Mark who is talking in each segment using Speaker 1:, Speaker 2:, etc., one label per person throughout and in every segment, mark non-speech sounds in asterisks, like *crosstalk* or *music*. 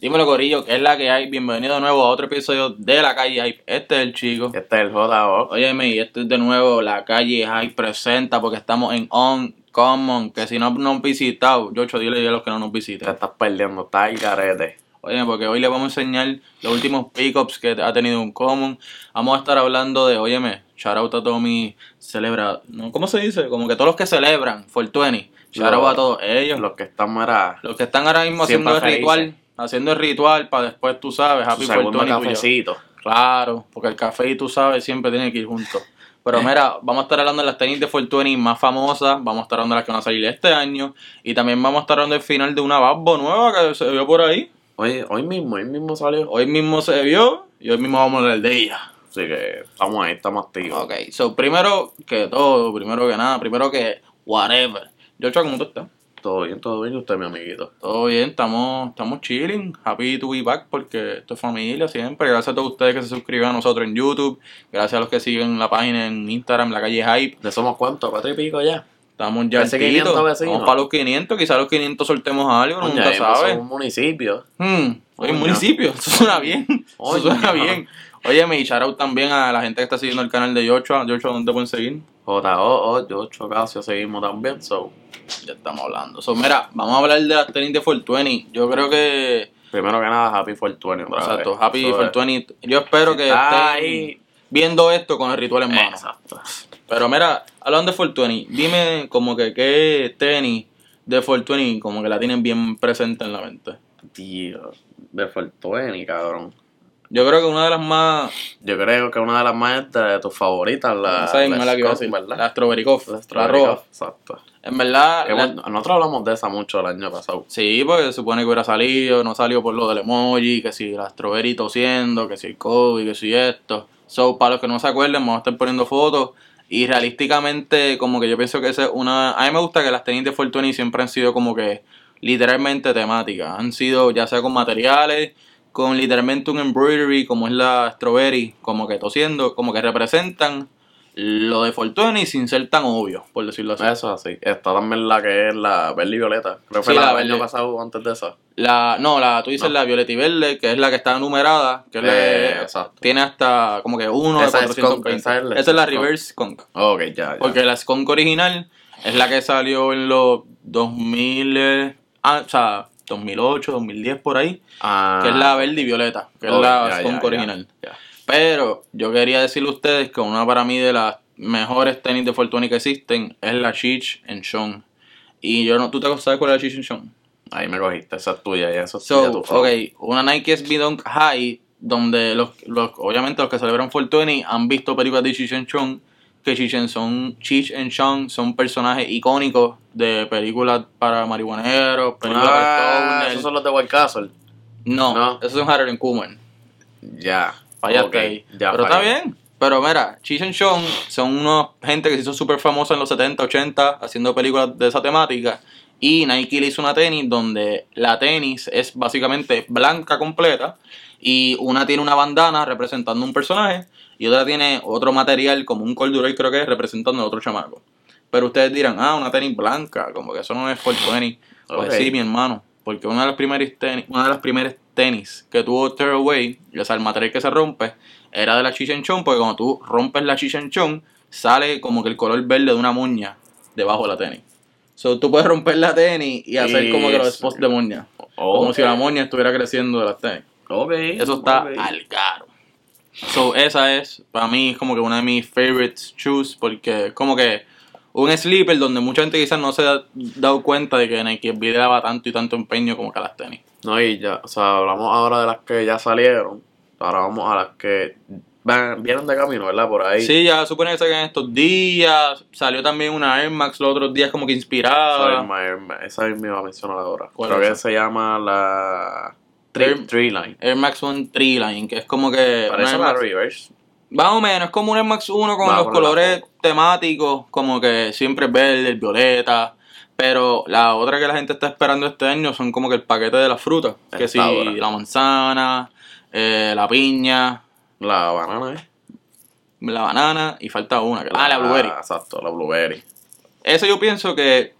Speaker 1: Dímelo, Corillo, que es la que hay. Bienvenido de nuevo a otro episodio de La Calle Hype. Este es el chico.
Speaker 2: Este es el JO.
Speaker 1: Óyeme, y este es de nuevo La Calle Hype presenta porque estamos en On Common. Que si no nos han visitado, yo dile a los que no nos
Speaker 2: Te
Speaker 1: visiten.
Speaker 2: estás perdiendo, está ahí carete.
Speaker 1: Óyeme, porque hoy les vamos a enseñar los últimos pickups que ha tenido un Common. Vamos a estar hablando de, óyeme, shout out a todos mis celebra. ¿no? ¿Cómo se dice? Como que todos los que celebran 420. Shout out a todos ellos.
Speaker 2: Los que estamos era
Speaker 1: Los que están ahora mismo
Speaker 2: Siempre
Speaker 1: haciendo el
Speaker 2: felices.
Speaker 1: ritual, haciendo el ritual para después, tú sabes,
Speaker 2: su
Speaker 1: Happy
Speaker 2: segundo
Speaker 1: Fortune y Puyo.
Speaker 2: cafecito.
Speaker 1: Claro, porque el café y tú sabes siempre tienen que ir juntos. Pero mira, vamos a estar hablando de las tenis de Fortuny más famosas, vamos a estar hablando de las que van a salir este año y también vamos a estar hablando del final de una Babbo nueva que se vio por ahí.
Speaker 2: Oye, hoy mismo, hoy mismo salió.
Speaker 1: Hoy mismo se vio y hoy mismo vamos a hablar de ella.
Speaker 2: Así que estamos ahí, estamos activos.
Speaker 1: Ok, so primero que todo, primero que nada, primero que whatever. Yo, ¿cómo tú estás?
Speaker 2: Todo bien, todo bien, y usted, mi amiguito.
Speaker 1: Todo bien, estamos, estamos chilling, happy to be back porque esto es familia siempre. Gracias a todos ustedes que se suscriben a nosotros en YouTube, gracias a los que siguen la página en Instagram, la calle Hype.
Speaker 2: ¿De somos cuántos? ¿Cuatro y pico ya?
Speaker 1: Estamos ya
Speaker 2: Ese
Speaker 1: altitos.
Speaker 2: 500 vecinos.
Speaker 1: Vamos para los 500, quizás los 500 soltemos algo, uno
Speaker 2: Coño,
Speaker 1: nunca
Speaker 2: ahí pasó
Speaker 1: sabes.
Speaker 2: un municipio.
Speaker 1: Hmm, oye,
Speaker 2: Coño.
Speaker 1: municipio, *laughs* eso suena bien, eso
Speaker 2: Coño.
Speaker 1: suena bien. Oye, mi shout out también a la gente que está siguiendo el canal de Yochoa. Yochoa, ¿dónde te pueden seguir?
Speaker 2: JO, yo, Chocasio, seguimos también. So,
Speaker 1: Ya estamos hablando. So, mira, vamos a hablar de las tenis de 420. Yo creo que...
Speaker 2: primero que nada, Happy Fortune. otra vez.
Speaker 1: Exacto, Happy
Speaker 2: Eso es.
Speaker 1: Fortuny. Yo espero que
Speaker 2: Está
Speaker 1: estén
Speaker 2: ahí.
Speaker 1: viendo esto con el ritual en mano.
Speaker 2: Exacto.
Speaker 1: Pero mira, hablando de Fortuny, dime como que qué tenis de Fortuny como que la tienen bien presente en la mente.
Speaker 2: Tío, de Fortune, cabrón.
Speaker 1: Yo creo que una de las más...
Speaker 2: Yo creo que una de las maestras de tus favoritas, la.
Speaker 1: esa misma es la que iba a
Speaker 2: Scott,
Speaker 1: decir,
Speaker 2: ¿verdad?
Speaker 1: la Strawberry Cough, la,
Speaker 2: Strawberry
Speaker 1: roja.
Speaker 2: Cup, Exacto.
Speaker 1: En verdad,
Speaker 2: Que
Speaker 1: la-
Speaker 2: bueno, nosotros hablamos de esa mucho el año pasado.
Speaker 1: sí, porque se supone que hubiera salido, no salió por lo del emoji, que si la Strawberry tosiendo, que si el COVID, que si esto. So, para los que no se acuerden, vamos a estar poniendo fotos. Y realísticamente, como que yo pienso que esa es una. A mí me gusta que las tenis de Fortuny siempre han sido como que literalmente temáticas. Han sido ya sea con materiales, con literalmente un embroidery, como es la Strawberry, como que tosiendo, como que representan lo de Fortuny sin ser tan obvio, por decirlo así.
Speaker 2: Eso es así. Está también la que es la verde y violeta. Creo que fue
Speaker 1: Sí,
Speaker 2: la
Speaker 1: la
Speaker 2: del año
Speaker 1: verde.
Speaker 2: pasado antes de esa.
Speaker 1: La, no, la, tú dices
Speaker 2: No.
Speaker 1: la violeta y verde, que es la que está numerada, que es la que
Speaker 2: Eh, exacto.
Speaker 1: tiene hasta como que uno de
Speaker 2: Esa es
Speaker 1: 420.
Speaker 2: Skunk,
Speaker 1: esa
Speaker 2: esa
Speaker 1: es
Speaker 2: es
Speaker 1: la,
Speaker 2: la Skunk.
Speaker 1: reverse conk.
Speaker 2: Ok, ya, ya.
Speaker 1: Porque la skunk original es la que salió en los 2000, eh, ah, o sea, 2008, 2010 por ahí,
Speaker 2: Ah,
Speaker 1: que es la verde y violeta, que es
Speaker 2: ok,
Speaker 1: la
Speaker 2: ya, ya,
Speaker 1: skunk
Speaker 2: ya,
Speaker 1: original.
Speaker 2: ya.
Speaker 1: Pero yo quería decirle a ustedes que una para mí de las mejores tenis de Fortuny que existen es la Cheech and Sean. Y yo no, ¿tú te sabes cuál es la Cheech and Sean?
Speaker 2: Ahí me cogiste. Esa es tuya y eso es tuya,
Speaker 1: So,
Speaker 2: tu
Speaker 1: ok, una Nike SB Dunk High, donde los, los- obviamente los que celebran 420 han visto películas de Cheech and Chong, que Cheech and, son, Cheech and Chong son personajes icónicos de películas para marihuaneros, películas
Speaker 2: Ah,
Speaker 1: para
Speaker 2: esos
Speaker 1: stoners.
Speaker 2: son los de White Castle.
Speaker 1: No,
Speaker 2: no.
Speaker 1: esos son Harold and Kumar,
Speaker 2: Ya.
Speaker 1: fallaste
Speaker 2: ok,
Speaker 1: ahí.
Speaker 2: Ya,
Speaker 1: Pero
Speaker 2: fallé.
Speaker 1: está bien. Pero mira, Cheech and Chong son una gente que se hizo súper famosa en los 70, 80 haciendo películas de esa temática. Y Nike le hizo una tenis donde la tenis es básicamente blanca completa. Y una tiene una bandana representando un personaje. Y otra tiene otro material como un corduroy creo que es representando a otro chamaco. Pero ustedes dirán, ah, una tenis blanca. Como que eso no es por tenis. Pues
Speaker 2: *laughs* Ok.
Speaker 1: sí, mi hermano. Porque una de las primeras tenis, una de las primeras tenis que tuvo Tearaway, o sea, el material que se rompe, era de la chichenchón, porque cuando tú rompes la chichenchón, sale como que el color verde de una moña debajo de la tenis. So, tú puedes romper la tenis y hacer como que los
Speaker 2: Eso.
Speaker 1: spots de moña.
Speaker 2: Ok,
Speaker 1: Como si la moña estuviera creciendo de las tenis.
Speaker 2: ok,
Speaker 1: Eso está
Speaker 2: ok.
Speaker 1: al caro. So, esa es, para mí, es como que una de mis favorites shoes, porque es como que un sleeper donde mucha gente quizás no se ha dado cuenta de que Nike SB le daba tanto y tanto empeño como que a las tenis.
Speaker 2: No, y ya, o sea, hablamos ahora de las que ya salieron. Ahora vamos a las que van, vienen de camino, ¿verdad? Por ahí.
Speaker 1: Sí, ya supone que salgan estos días, salió también una Air Max los otros días como que
Speaker 2: Esa
Speaker 1: inspirada.
Speaker 2: misma, misma- esa misma iba a mencionar ahora.
Speaker 1: ¿Cuál
Speaker 2: Creo
Speaker 1: es
Speaker 2: que se llama la
Speaker 1: Trim-
Speaker 2: Tree, Tree Line.
Speaker 1: Air Max One Tree Line, que es como que... una
Speaker 2: Parece
Speaker 1: Air
Speaker 2: la
Speaker 1: Max-
Speaker 2: Reverse.
Speaker 1: Más o menos, es como un Air Max 1 con
Speaker 2: Vamos
Speaker 1: los
Speaker 2: a
Speaker 1: colores temáticos, como que siempre es verde, el violeta. Pero la otra que la gente está esperando este año son como que el paquete de las frutas.
Speaker 2: Está
Speaker 1: Que si
Speaker 2: ahora.
Speaker 1: la manzana, eh, la piña,
Speaker 2: La banana, ¿eh?
Speaker 1: la banana
Speaker 2: Ah,
Speaker 1: y falta una. que- ah, la blueberry.
Speaker 2: Exacto, la blueberry.
Speaker 1: Eso yo pienso que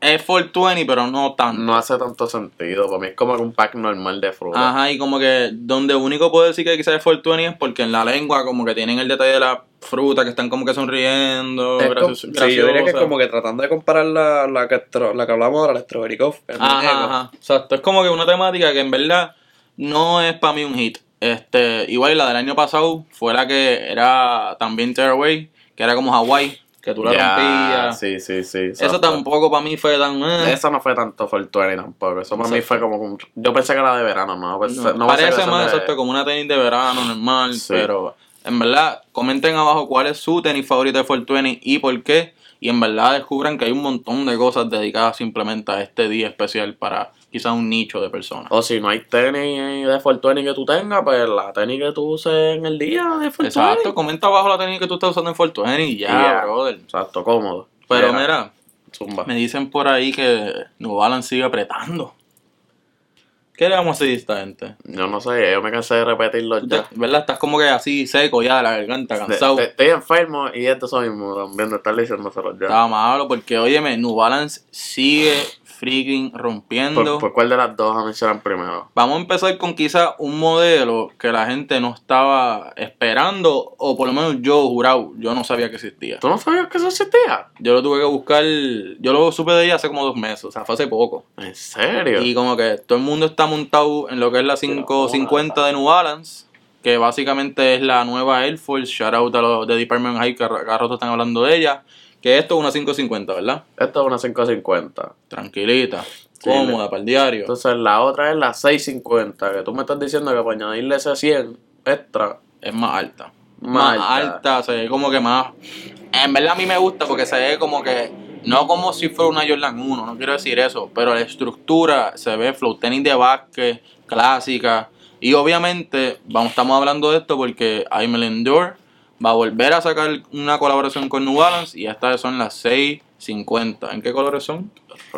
Speaker 1: es 420, pero no tanto.
Speaker 2: No hace tanto sentido. Para mí es como un pack normal de fruta.
Speaker 1: Ajá, y como que donde único puedo decir que quizás es 420 es porque en la lengua como que tienen el detalle de la fruta, que están como que sonriendo,
Speaker 3: Es
Speaker 1: gracios-
Speaker 3: com- sí, yo diría que es
Speaker 1: graciosas.
Speaker 3: como que tratando de comparar la, la, que, tro- la que hablamos ahora, la Strawberry Cough, el
Speaker 1: Ajá,
Speaker 3: muñeco.
Speaker 1: ajá. Exacto. Es como que una temática que en verdad no es para mí un hit. Este, igual la del año pasado fue la que era también Tearaway, que era como Hawaii, que tú la
Speaker 2: Ya,
Speaker 1: rompías.
Speaker 2: Sí, sí, sí.
Speaker 1: Eso
Speaker 2: exacto.
Speaker 1: tampoco para mí fue tan. eh.
Speaker 2: Esa no fue tanto Fortuny tampoco. Eso para mí
Speaker 1: Exacto.
Speaker 2: fue como. un- Yo pensé que era de verano, ¿no? Pensé-
Speaker 1: No,
Speaker 2: no pensé
Speaker 1: parece
Speaker 2: que era
Speaker 1: más
Speaker 2: de-
Speaker 1: exacto como una tenis de verano normal,
Speaker 2: Sí.
Speaker 1: pero en verdad comenten abajo cuál es su tenis favorito de 420 y por qué. Y en verdad descubran que hay un montón de cosas dedicadas simplemente a este día especial para quizás un nicho de personas.
Speaker 2: O si no hay tenis de Fortuny que tú tengas, pues la tenis que tú uses en el día de Fortuny.
Speaker 1: Pues Exacto, comenta abajo la tenis que tú estás usando en 420 y ya,
Speaker 2: Ya.
Speaker 1: brother.
Speaker 2: Exacto, cómodo.
Speaker 1: Pero mira,
Speaker 2: Zumba.
Speaker 1: me dicen por ahí que New Balance sigue apretando. ¿Qué le vamos a decir a esta gente?
Speaker 2: Yo no sé, yo me cansé de repetirlo
Speaker 1: Tú
Speaker 2: ya.
Speaker 1: te- ¿Verdad? Estás como que así seco ya de la garganta,
Speaker 2: De-
Speaker 1: cansado.
Speaker 2: de- estoy enfermo y esto soy mismo también de estar diciéndoselo ya.
Speaker 1: Estaba malo porque, óyeme, New Balance sigue freaking rompiendo.
Speaker 2: ¿Por, por cuál de las dos a mencionar primero?
Speaker 1: Vamos a empezar con quizá un modelo que la gente no estaba esperando, o por lo menos yo, jurado, yo no sabía que existía.
Speaker 2: ¿Tú no sabías que eso existía?
Speaker 1: Yo lo tuve que buscar, yo lo supe de ella hace como dos meses, o sea, fue hace poco.
Speaker 2: ¿En serio?
Speaker 1: Y como que todo el mundo está montado en lo que es la 550 de New Balance, que básicamente es la nueva Air Force, shout out a los de Department High que a rato están hablando de ella, que esto es una 550, ¿verdad?
Speaker 2: Esto es una 550.
Speaker 1: tranquilita, cómoda para el diario.
Speaker 2: Entonces la otra es la 650, que tú me estás diciendo que para añadirle ese 100 extra.
Speaker 1: es más alta.
Speaker 2: Más
Speaker 1: Más,
Speaker 2: alta.
Speaker 1: alta. se ve como que más. En verdad a mí me gusta porque se ve como que. No como si fuera una Jordan 1, no quiero decir eso, pero la estructura se ve flow tenis de básquet, clásica. Y obviamente, vamos, estamos hablando de esto porque Aimee Endure va a volver a sacar una colaboración con New Balance y estas son las 650. ¿En qué colores son?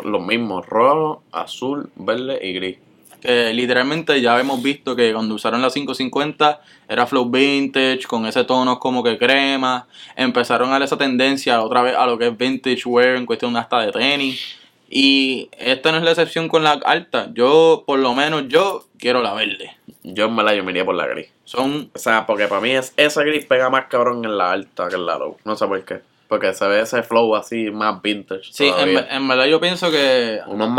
Speaker 2: Los mismos, rojo, azul, verde y gris.
Speaker 1: que literalmente ya hemos visto que cuando usaron la 550 era flow vintage, con ese tono como que crema. Empezaron a darle esa tendencia otra vez a lo que es vintage wear en cuestión hasta de tenis. Y esta no es la excepción con la alta. Yo, por lo menos, yo quiero la verde.
Speaker 2: Yo en verdad yo me iría por la gris.
Speaker 1: Son
Speaker 2: O sea, porque para mí es, esa gris pega más cabrón en la alta que en la low. No sé por qué. Porque se ve ese flow así más vintage.
Speaker 1: Sí, en,
Speaker 2: todavía.
Speaker 1: ve- en verdad yo pienso que
Speaker 2: Unos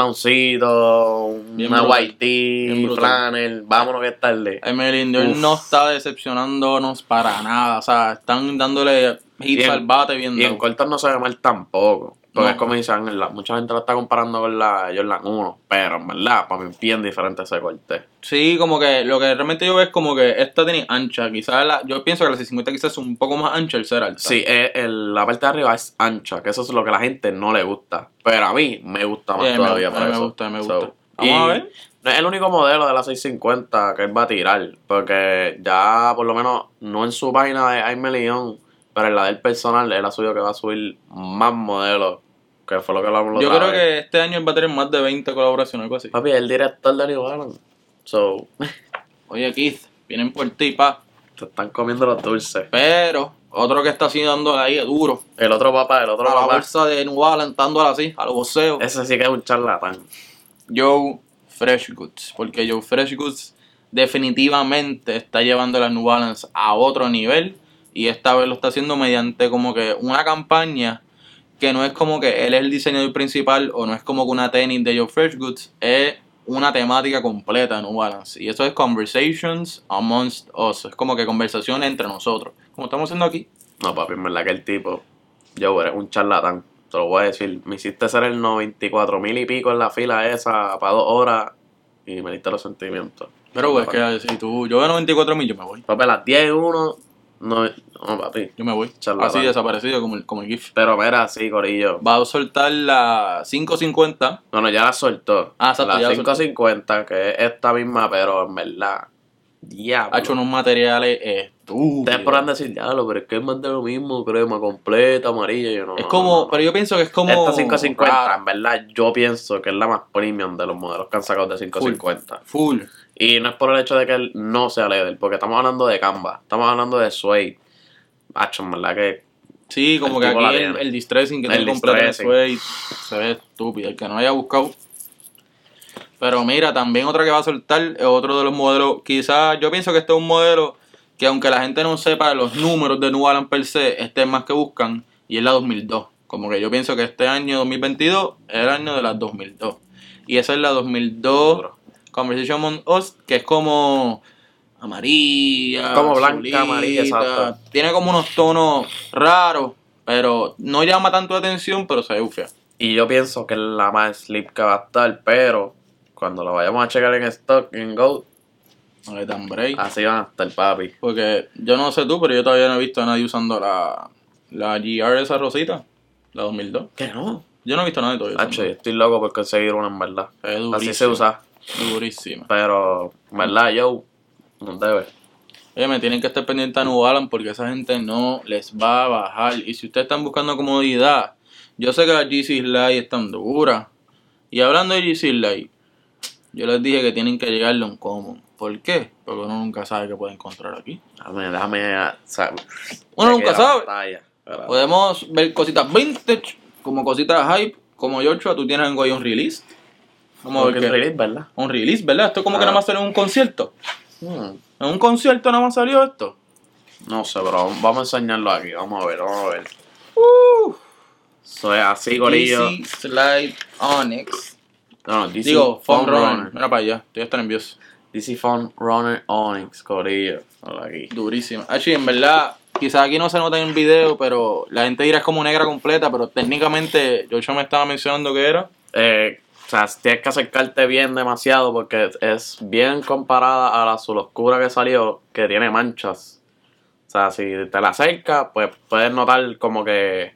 Speaker 2: mouncitos,
Speaker 1: Bien
Speaker 2: una
Speaker 1: brutal.
Speaker 2: white tee,
Speaker 1: Bien brutal.
Speaker 2: flannel. Vámonos que es tarde.
Speaker 1: Emeline Dior
Speaker 2: Uf.
Speaker 1: no está decepcionándonos para nada. O sea, están dándole hits
Speaker 2: Y en-
Speaker 1: al bate bien
Speaker 2: Y en
Speaker 1: dado.
Speaker 2: cortas no se ve mal tampoco. Porque
Speaker 1: No.
Speaker 2: es como dicen, la- mucha gente la está comparando con la Jordan 1. Pero en verdad, para mí es bien diferente ese corte.
Speaker 1: Sí, como que lo que realmente yo veo es como que esta tiene ancha. Quizás la, yo pienso que la 650 quizás es un poco más ancha el ser alta.
Speaker 2: Sí, eh, el- la parte de arriba es ancha, que eso es lo que a la gente no le gusta. Pero a mí me gusta más
Speaker 1: Sí, a mí me
Speaker 2: todavía.
Speaker 1: gusta,
Speaker 2: por
Speaker 1: a mí me
Speaker 2: eso.
Speaker 1: gusta, a mí me gusta.
Speaker 2: y
Speaker 1: Vamos a ver.
Speaker 2: No es el único modelo de la 650 que él va a tirar. Porque ya, por lo menos, no en su página de Aime León, pero en la del personal, él ha subido que va a subir más modelos. Que fue lo Ah. que hablamos la
Speaker 1: Yo
Speaker 2: otra
Speaker 1: creo
Speaker 2: vez.
Speaker 1: que este año él va a tener más de 20 colaboraciones, algo así.
Speaker 2: Papi, es el director de New Balance. So,
Speaker 1: Oye, Keith, vienen por ti, pa.
Speaker 2: te están comiendo los dulces.
Speaker 1: Pero otro que está así dándole ahí duro.
Speaker 2: El otro papá, el otro
Speaker 1: A la
Speaker 2: papá.
Speaker 1: bolsa de New Balance, dándole así, a los boceos.
Speaker 2: Ese sí que es un charlatán.
Speaker 1: Joe Fresh Goods. Porque Joe Fresh Goods definitivamente está llevando la New Balance a otro nivel. Y esta vez lo está haciendo mediante como que una campaña que no es como que él es el diseñador principal o no es como que una tenis de Joe Fresh Goods. Es una temática completa de New Balance. Y eso es Conversations Amongst Us. Es como que conversaciones entre nosotros. Como estamos haciendo aquí.
Speaker 2: No, papi, en verdad que el tipo, yo eres un charlatán. Te lo voy a decir. Me hiciste ser el 94 mil y pico en la fila esa para dos horas y me diste los sentimientos.
Speaker 1: Pero pues, que si tú, yo veo 94 mil, yo me voy.
Speaker 2: Papi, a las 10 y 1, no, no, papi.
Speaker 1: Yo me voy.
Speaker 2: Charlatán.
Speaker 1: Así desaparecido como el, como el GIF.
Speaker 2: Pero mira, sí, Corillo.
Speaker 1: va a soltar la 550.
Speaker 2: No, no, ya la soltó.
Speaker 1: Ah, exacto,
Speaker 2: la
Speaker 1: ya la
Speaker 2: 550, que es esta misma, pero en verdad.
Speaker 1: Ha hecho
Speaker 2: Diablo.
Speaker 1: unos materiales estúpidos.
Speaker 2: Ustedes podrán decir, diablo, pero es que es más de lo mismo, crema completa, amarilla. Yo no,
Speaker 1: Es
Speaker 2: no,
Speaker 1: como,
Speaker 2: no, no.
Speaker 1: pero yo pienso que es como.
Speaker 2: Esta 550,
Speaker 1: rara,
Speaker 2: en verdad, yo pienso que es la más premium de los modelos que han sacado de 550.
Speaker 1: Full.
Speaker 2: Y no es por el hecho de que él no sea leather, porque estamos hablando de Canva, estamos hablando de Suede. Hacho, en verdad que
Speaker 1: Sí, como
Speaker 2: El
Speaker 1: que
Speaker 2: tipo la
Speaker 1: aquí el,
Speaker 2: tiene.
Speaker 1: el distressing que tiene
Speaker 2: El
Speaker 1: completo en Sway
Speaker 2: distressing.
Speaker 1: se ve estúpido. El que no haya buscado. Pero mira, también otra que va a soltar es otro de los modelos. Quizás yo pienso que este es un modelo que, aunque la gente no sepa los números de New Balance per se, este es más que buscan. Y es la 2002. Como que yo pienso que este año 2022 es el año de las 2002. Y esa es la 2002 Conversation on Us, que es como amarilla.
Speaker 2: Como blanca, amarilla, exacto.
Speaker 1: Tiene como unos tonos raros, pero no llama tanto la atención, pero se ve bufia.
Speaker 2: Y yo pienso que es la más sleep que va a estar, pero cuando la vayamos a checar en stock, en Go,
Speaker 1: No le dan break.
Speaker 2: así van a estar, papi.
Speaker 1: Porque yo no sé tú, pero yo todavía no he visto a nadie usando la, la GR esa rosita, la 2002.
Speaker 2: ¿Qué no?
Speaker 1: Yo no he visto a nadie todavía. usando.
Speaker 2: Hacho, yo estoy loco por conseguir una en verdad.
Speaker 1: Se ve durísima.
Speaker 2: Así se usa,
Speaker 1: Durísima.
Speaker 2: pero en verdad yo no debe.
Speaker 1: Oye, me tienen que estar pendiente a New Balance porque esa gente no les va a bajar. Y si ustedes están buscando comodidad, yo sé que las GC Light están duras. Y hablando de GC Light, yo les dije que tienen que llegarle a un común. ¿Por qué? Porque uno nunca sabe qué puede encontrar aquí.
Speaker 2: Déjame, déjame. ah, sa-
Speaker 1: Uno
Speaker 2: me
Speaker 1: nunca
Speaker 2: queda
Speaker 1: sabe.
Speaker 2: pantalla. Espera.
Speaker 1: Podemos ver cositas vintage, como cositas hype, como Joshua, tú tienes algo ahí, un release. Vamos a
Speaker 2: Porque
Speaker 1: ver
Speaker 2: es
Speaker 1: qué.
Speaker 2: release, ¿verdad?
Speaker 1: Un release, ¿verdad? Esto es como que
Speaker 2: Ah.
Speaker 1: nada más salió en un concierto.
Speaker 2: Hmm.
Speaker 1: En un concierto nada más salió esto.
Speaker 2: No sé, pero vamos a enseñarlo aquí. Vamos a ver, vamos a ver.
Speaker 1: Uh.
Speaker 2: Soy así, gorillo.
Speaker 1: GC Slide Onyx.
Speaker 2: No, no, DC
Speaker 1: Digo, Phone Runner.
Speaker 2: Runner.
Speaker 1: Mira para allá, estoy hasta nervioso.
Speaker 2: DC Phone Runner Onyx, gorillo. Hola, aquí.
Speaker 1: Durísima. Ah, sí, en verdad, quizás aquí no se nota en el video, pero la gente dirá es como negra completa, pero técnicamente yo me estaba mencionando que era.
Speaker 2: Eh, o sea, tienes que acercarte bien demasiado porque es- es bien comparada a la azul oscura que salió, que tiene manchas. O sea, si te la acercas, pues puedes notar como que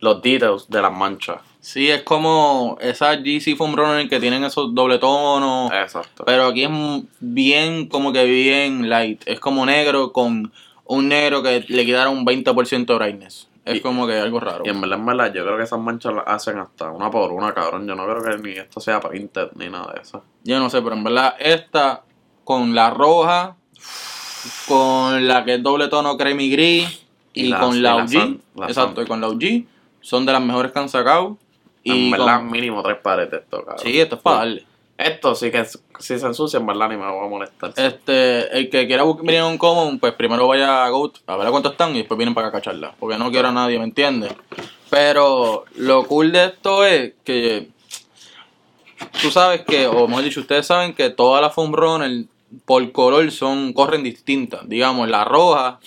Speaker 2: los details de las manchas.
Speaker 1: Sí, es como esa GC Foam Runner que tienen esos doble tonos.
Speaker 2: Exacto.
Speaker 1: Pero aquí es m- bien, como que bien light. Es como negro con un negro que le quedaron un 20% de brightness. Es
Speaker 2: Y-
Speaker 1: como que algo raro.
Speaker 2: Y en verdad, en verdad, yo creo que esas manchas las hacen hasta una por una, cabrón. Yo no creo que ni esto sea painted ni nada de eso.
Speaker 1: Yo no sé, pero en verdad esta con la roja, con la que es doble tono creme y gris y,
Speaker 2: Y la-
Speaker 1: con
Speaker 2: y
Speaker 1: la
Speaker 2: la
Speaker 1: UG,
Speaker 2: san- la
Speaker 1: exacto,
Speaker 2: san-
Speaker 1: y con la UG son de las mejores que han sacado y
Speaker 2: en verdad,
Speaker 1: con-
Speaker 2: mínimo tres pares de esto, cabrón.
Speaker 1: sí, esto es para darle.
Speaker 2: Esto sí que es- si se ensucia, en verdad, ni me voy a molestar.
Speaker 1: Este, el que quiera buscar venir a un common, pues primero vaya a Goat a ver a cuánto están y después vienen para acá a cacharla, porque no quiero a nadie, ¿me entiendes? Pero lo cool de esto es que tú sabes que, o mejor dicho, ustedes saben que todas las foam runner por color son, corren distintas. Digamos, la roja,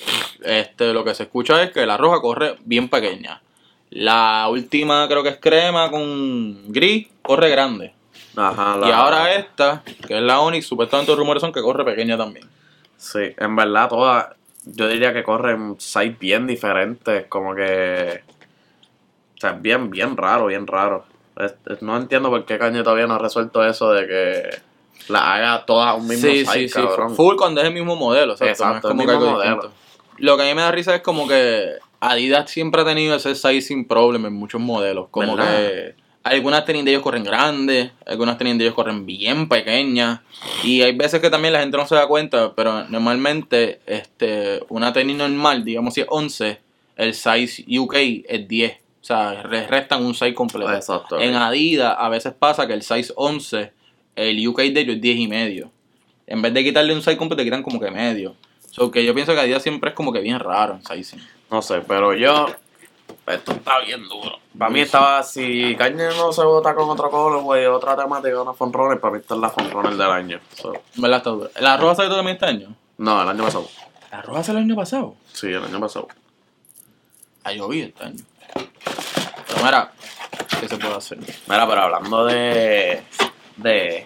Speaker 1: este, lo que se escucha es que la roja corre bien pequeña. La última creo que es crema con gris, corre grande.
Speaker 2: Ajá, la-
Speaker 1: Y ahora esta, que es la Onix, supuestamente los rumores son que corre pequeña también.
Speaker 2: Sí, en verdad, todas. Yo diría que corren seis bien diferentes. Como que. O sea, es bien, bien raro, bien raro. Es- es- no entiendo por qué Caño todavía no ha resuelto eso de que la haga todas un mismo
Speaker 1: sí,
Speaker 2: size,
Speaker 1: sí, sí.
Speaker 2: cabrón.
Speaker 1: Full cuando es el mismo modelo. Exacto,
Speaker 2: Exacto,
Speaker 1: no es como
Speaker 2: el
Speaker 1: que
Speaker 2: mismo
Speaker 1: algo
Speaker 2: modelo.
Speaker 1: distinto. Lo que a mí me da risa es como que Adidas siempre ha tenido ese sizing problem en muchos modelos. Como
Speaker 2: ¿Verdad?
Speaker 1: que algunas tenis de ellos corren grandes, algunas tenis de ellos corren bien pequeñas. Y hay veces que también la gente no se da cuenta, pero normalmente este, una tenis normal, digamos si es 11, el size UK es 10. O sea, le restan un size completo.
Speaker 2: Exacto.
Speaker 1: En Adidas a veces pasa que el size 11, el UK de ellos es 10 y medio. En vez de quitarle un size completo, te quitan como que medio. So que yo pienso que Adidas siempre es como que bien raro en sizing.
Speaker 2: No sé, pero yo. Esto está bien duro. Para mí estaba. Si Caño no se vota con otro color, güey, otra temática, una fonroner, para mí esta es la fonroner del año. So,
Speaker 1: En ¿Verdad? Está dura. ¿La roja salió también este año?
Speaker 2: no, el año pasado.
Speaker 1: ¿La roja salió el año pasado?
Speaker 2: Sí, el año pasado.
Speaker 1: Ah, yo vi este año. Pero mira, ¿qué se puede hacer?
Speaker 2: Mira, pero hablando de. de.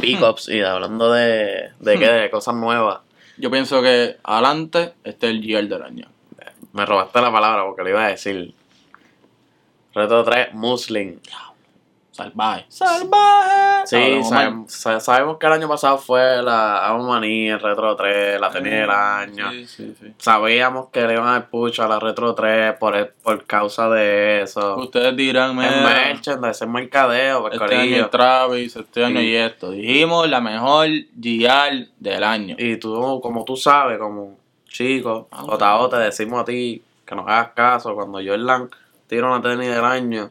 Speaker 2: pickups y de- hablando de. de qué, de cosas nuevas.
Speaker 1: Yo pienso que adelante este es el GR del año.
Speaker 2: Me robaste la palabra porque lo iba a decir. Reto 3, Muslim.
Speaker 1: Salvaje. ¡Salvaje!
Speaker 2: Sí,
Speaker 1: Hablamos mal.
Speaker 2: sabe- sa- sabemos que el año pasado fue la Aomaní, el Retro 3, la tenía del año.
Speaker 1: Mm, Sí, sí, sí.
Speaker 2: Sabíamos que le iban a dar pucha a la Retro 3 por, el- por causa de eso.
Speaker 1: Ustedes dirán,
Speaker 2: Es
Speaker 1: Pues, mira,
Speaker 2: merchandise, es mercadeo, pues,
Speaker 1: Este
Speaker 2: corillo.
Speaker 1: año es Travis, este año
Speaker 2: Sí.
Speaker 1: y esto. Dijimos la mejor GR del año.
Speaker 2: Y tú, como tú sabes, como chico,
Speaker 1: Ah,
Speaker 2: JO, te decimos a ti que nos hagas caso, cuando Jordan tira una tenis del año,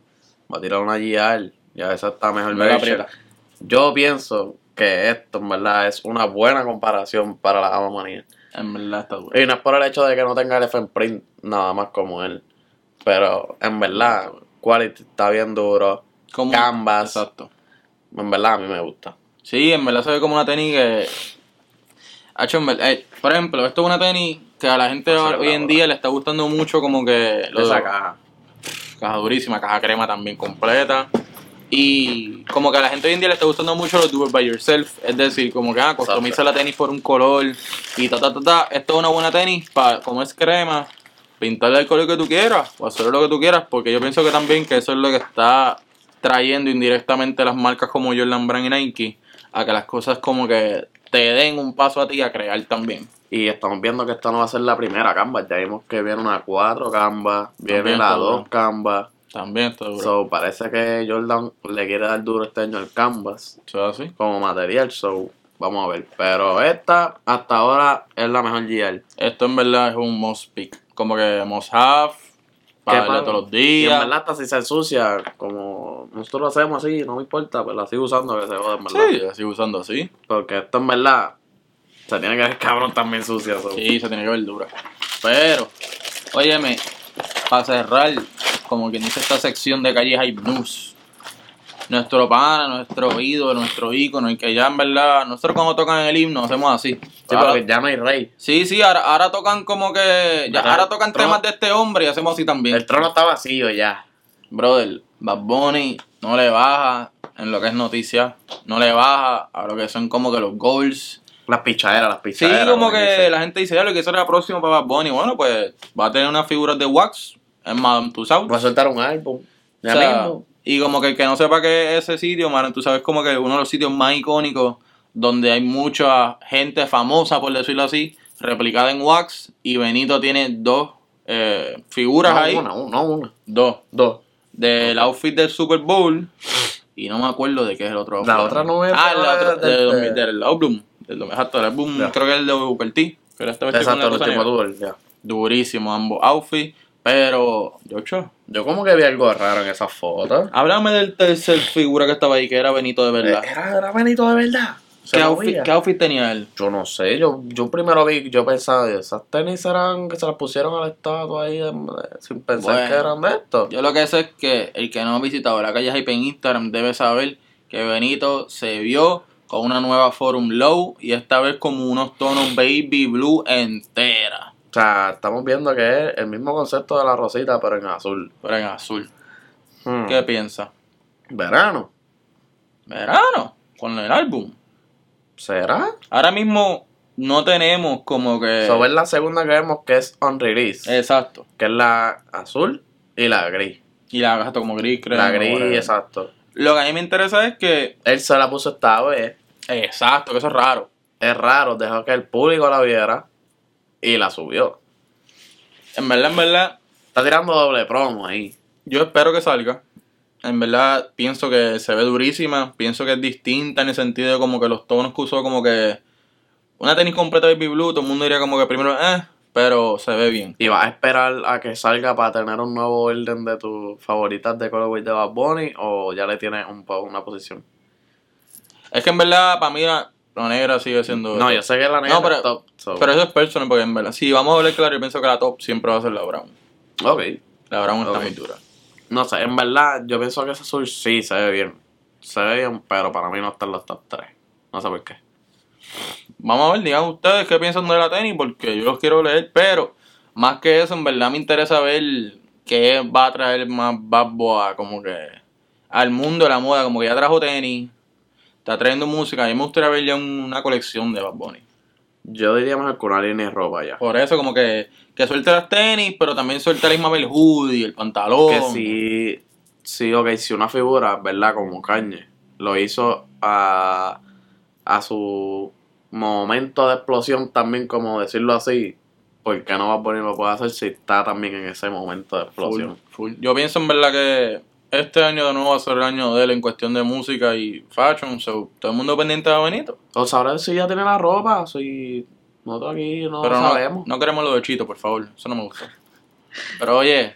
Speaker 2: va a tirar una GR, ya esa está mejor
Speaker 1: No la
Speaker 2: version.
Speaker 1: aprieta.
Speaker 2: Yo pienso que esto, en verdad, es una buena comparación para la Amamanía.
Speaker 1: En verdad está duro.
Speaker 2: Y no es por el hecho de que no tenga el FN Print nada más como él. Pero, en verdad, Quality está bien duro.
Speaker 1: Como-
Speaker 2: Canvas.
Speaker 1: Exacto.
Speaker 2: En verdad, a mí me gusta.
Speaker 1: Sí, en verdad se ve como una tenis que. Hacho, en verdad, eh, por ejemplo, esto es una tenis que a la gente
Speaker 2: No se le
Speaker 1: hoy en
Speaker 2: colabora.
Speaker 1: día le está gustando mucho, como que.
Speaker 2: De esa caja.
Speaker 1: Caja durísima, caja crema también completa. Y como que a la gente hoy en día le está gustando mucho los do it by yourself. Es decir, como que ah, customiza la tenis por un color y ta ta ta ta. Esto es una buena tenis para, como es crema, pintarle el color que tú quieras o hacer lo que tú quieras. Porque yo pienso que también que eso es lo que está trayendo indirectamente las marcas como Jordan Brand y Nike a que las cosas como que te den un paso a ti a crear también.
Speaker 2: Y estamos viendo que esta no va a ser la primera Canvas. Ya vimos que viene una 4 Canvas, viene
Speaker 1: También
Speaker 2: la
Speaker 1: está
Speaker 2: 2
Speaker 1: duro.
Speaker 2: Canvas.
Speaker 1: También está duro.
Speaker 2: So, parece que Jordan le quiere dar duro este año al Canvas
Speaker 1: Eso es así.
Speaker 2: como material. So, vamos a ver. Pero esta, hasta ahora, es la mejor GR.
Speaker 1: Esto en verdad es un must pick. Como que must have. Para
Speaker 2: Que
Speaker 1: darle
Speaker 2: pa-
Speaker 1: todos los
Speaker 2: Y en
Speaker 1: días.
Speaker 2: verdad, hasta si se ensucia, como nosotros lo hacemos así, no me importa, pues la sigo usando que se joda, en verdad.
Speaker 1: Sí, la sigo usando así.
Speaker 2: Porque esto en verdad se tiene que ver cabrón también sucia. so.
Speaker 1: Sí, se tiene que ver dura. Pero, óyeme, para cerrar, como quien dice esta sección de calle Hype News. Nuestro pana, nuestro ídolo, nuestro ícono, y que ya en verdad, nosotros cuando tocan el himno hacemos así.
Speaker 2: Sí,
Speaker 1: Ahora-
Speaker 2: porque ya no hay rey.
Speaker 1: sí, sí, ahora, ahora tocan como que. ya,
Speaker 2: Ahora-
Speaker 1: ahora tocan
Speaker 2: trono-
Speaker 1: temas de este hombre y hacemos así también.
Speaker 2: El trono está vacío ya.
Speaker 1: Brother, Bad Bunny no le baja en lo que es noticia, no le baja a lo que son como que los goals.
Speaker 2: Las pichaderas, las
Speaker 1: Sí,
Speaker 2: pichaderas.
Speaker 1: como que
Speaker 2: dice.
Speaker 1: la gente dice, ya lo que será próximo para Bad Bunny. Bueno, pues va a tener unas figuras de wax en Madame Tussauds.
Speaker 2: Va a soltar un álbum.
Speaker 1: O
Speaker 2: Ya
Speaker 1: sea,
Speaker 2: mismo.
Speaker 1: y como que el que no sepa qué es ese sitio, Madame Tussauds es como que uno de los sitios más icónicos donde hay mucha gente famosa, por decirlo así, replicada en wax. Y Benito tiene dos eh, figuras
Speaker 2: No,
Speaker 1: ahí.
Speaker 2: una, una, no, una.
Speaker 1: Dos
Speaker 2: Dos.
Speaker 1: del outfit del Super Bowl y no me acuerdo de qué es el otro outfit.
Speaker 2: La otra no es
Speaker 1: Ah, la
Speaker 2: la
Speaker 1: otra
Speaker 2: del-
Speaker 1: de 2000, del álbum. Del, exacto, del álbum,
Speaker 2: Ya.
Speaker 1: creo que es el de Booker T, que era este vestido con
Speaker 2: Exacto,
Speaker 1: la
Speaker 2: el
Speaker 1: cosa
Speaker 2: último
Speaker 1: negra.
Speaker 2: tour, ya.
Speaker 1: Durísimo ambos outfits, pero... Yocho,
Speaker 2: Yo como que vi algo raro en esa foto.
Speaker 1: háblame del tercer figura que estaba ahí, que era Benito de Ah, verdad.
Speaker 2: Eh, Era, era Benito de verdad. Se
Speaker 1: ¿Qué,
Speaker 2: lo
Speaker 1: outfit,
Speaker 2: veía.
Speaker 1: qué outfit tenía él?
Speaker 2: Yo no sé, yo, yo primero vi, yo pensaba, esas tenis eran que se las pusieron a la estatua ahí de- de- sin pensar
Speaker 1: Bueno.
Speaker 2: que eran de esto.
Speaker 1: Yo lo que sé es que el que no ha visitado la calle Hype en Instagram debe saber que Benito se vio con una nueva Forum Low y esta vez como unos tonos baby blue entera.
Speaker 2: O sea, estamos viendo que es el mismo concepto de la rosita, pero en azul.
Speaker 1: Pero en azul.
Speaker 2: Hmm.
Speaker 1: ¿Qué piensa?
Speaker 2: Verano,
Speaker 1: Verano, con el álbum.
Speaker 2: ¿será?
Speaker 1: Ahora mismo no tenemos como que.
Speaker 2: Eso es la segunda que vemos que es on release,
Speaker 1: Eh, Exacto.
Speaker 2: que es la azul y la gris.
Speaker 1: Y la gato como gris, creo.
Speaker 2: la gris,
Speaker 1: whatever.
Speaker 2: exacto.
Speaker 1: Lo que a mí me interesa es que.
Speaker 2: Él se la puso esta vez.
Speaker 1: Exacto, que eso es raro.
Speaker 2: Es raro, dejó que el público la viera y la subió.
Speaker 1: En verdad, en verdad,
Speaker 2: Está tirando doble promo ahí.
Speaker 1: yo espero que salga. En verdad, pienso que se ve durísima. Pienso que es distinta en el sentido de como que los tonos que usó, como que. Una tenis completa baby blue, todo el mundo diría como que primero, eh, pero se ve bien.
Speaker 2: ¿Y vas a esperar a que salga para tener un nuevo orden de tus favoritas de colorway de Bad Bunny o ya le tienes un po- una posición?
Speaker 1: Es que en verdad, para mí, la la negra sigue siendo.
Speaker 2: No, yo sé que la negra
Speaker 1: No, pero-
Speaker 2: es top. so-
Speaker 1: Pero eso es personal, porque en verdad, si vamos a hablar claro, yo pienso que la top siempre va a ser la Brown.
Speaker 2: Ok.
Speaker 1: La Brown está
Speaker 2: Ok.
Speaker 1: muy dura.
Speaker 2: No sé, en verdad yo pienso que ese azul sí se ve bien. Se ve bien, pero para mí no está en los top 3. No sé por qué.
Speaker 1: Vamos a ver, digan ustedes qué piensan de la tenis, porque yo los quiero leer, pero más que eso, en verdad me interesa ver qué va a traer más Bad Boy, como que al mundo de la moda, como que ya trajo tenis, está trayendo música, a mí me gustaría ver ya un- una colección de Bad Bunny.
Speaker 2: Yo diría mejor que una línea de ropa ya.
Speaker 1: Por eso, como que, que suelte las tenis, pero también suelta el Ismael Hoodie, el pantalón.
Speaker 2: Que si, sí, ok, si una figura, ¿verdad? Como Kanye, lo hizo a, a su momento de explosión también, como decirlo así, porque no va a poner lo puede hacer si está también en ese momento de
Speaker 1: Full,
Speaker 2: explosión?
Speaker 1: full. Yo pienso en verdad que este año de nuevo va a ser el año de él en cuestión de música y fashion. So, todo el mundo pendiente de Benito.
Speaker 2: O sabrá si ya tiene la ropa, si nosotros aquí no
Speaker 1: pero no,
Speaker 2: sabemos.
Speaker 1: no queremos lo de Chito, por favor. Eso no me gusta. Pero oye,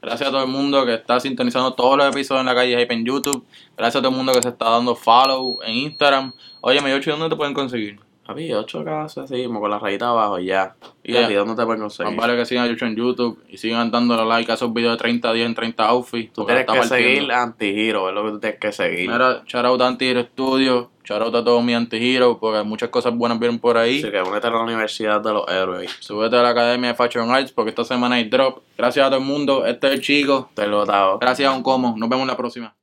Speaker 1: gracias a todo el mundo que está sintonizando todos los episodios en la calle Hype en YouTube. Gracias a todo el mundo que se está dando follow en Instagram. Oye, Mayochi, ¿dónde te pueden conseguir?
Speaker 2: Había 8K, así mismo, con la rayita abajo, ya. Y
Speaker 1: Ya.
Speaker 2: así, ¿dónde te pueden conseguir?
Speaker 1: Más vale que sigan a Yocho en YouTube y sigan dándole like a esos videos de 30 días en 30 outfits.
Speaker 2: Tú
Speaker 1: porque la
Speaker 2: tienes que
Speaker 1: está partiendo.
Speaker 2: seguir Antihero, es lo que tú tienes que seguir.
Speaker 1: Mira, shoutout a Antihero Studio, shoutout a todos mis antiheroes, porque muchas cosas buenas vienen por ahí.
Speaker 2: Así que únete a la Universidad de los Héroes.
Speaker 1: Súbete a la Academia de Fashion Arts, porque esta semana hay drop. Gracias a todo el mundo, este es el chico.
Speaker 2: Te lo he dado.
Speaker 1: Gracias a un como, nos vemos la próxima.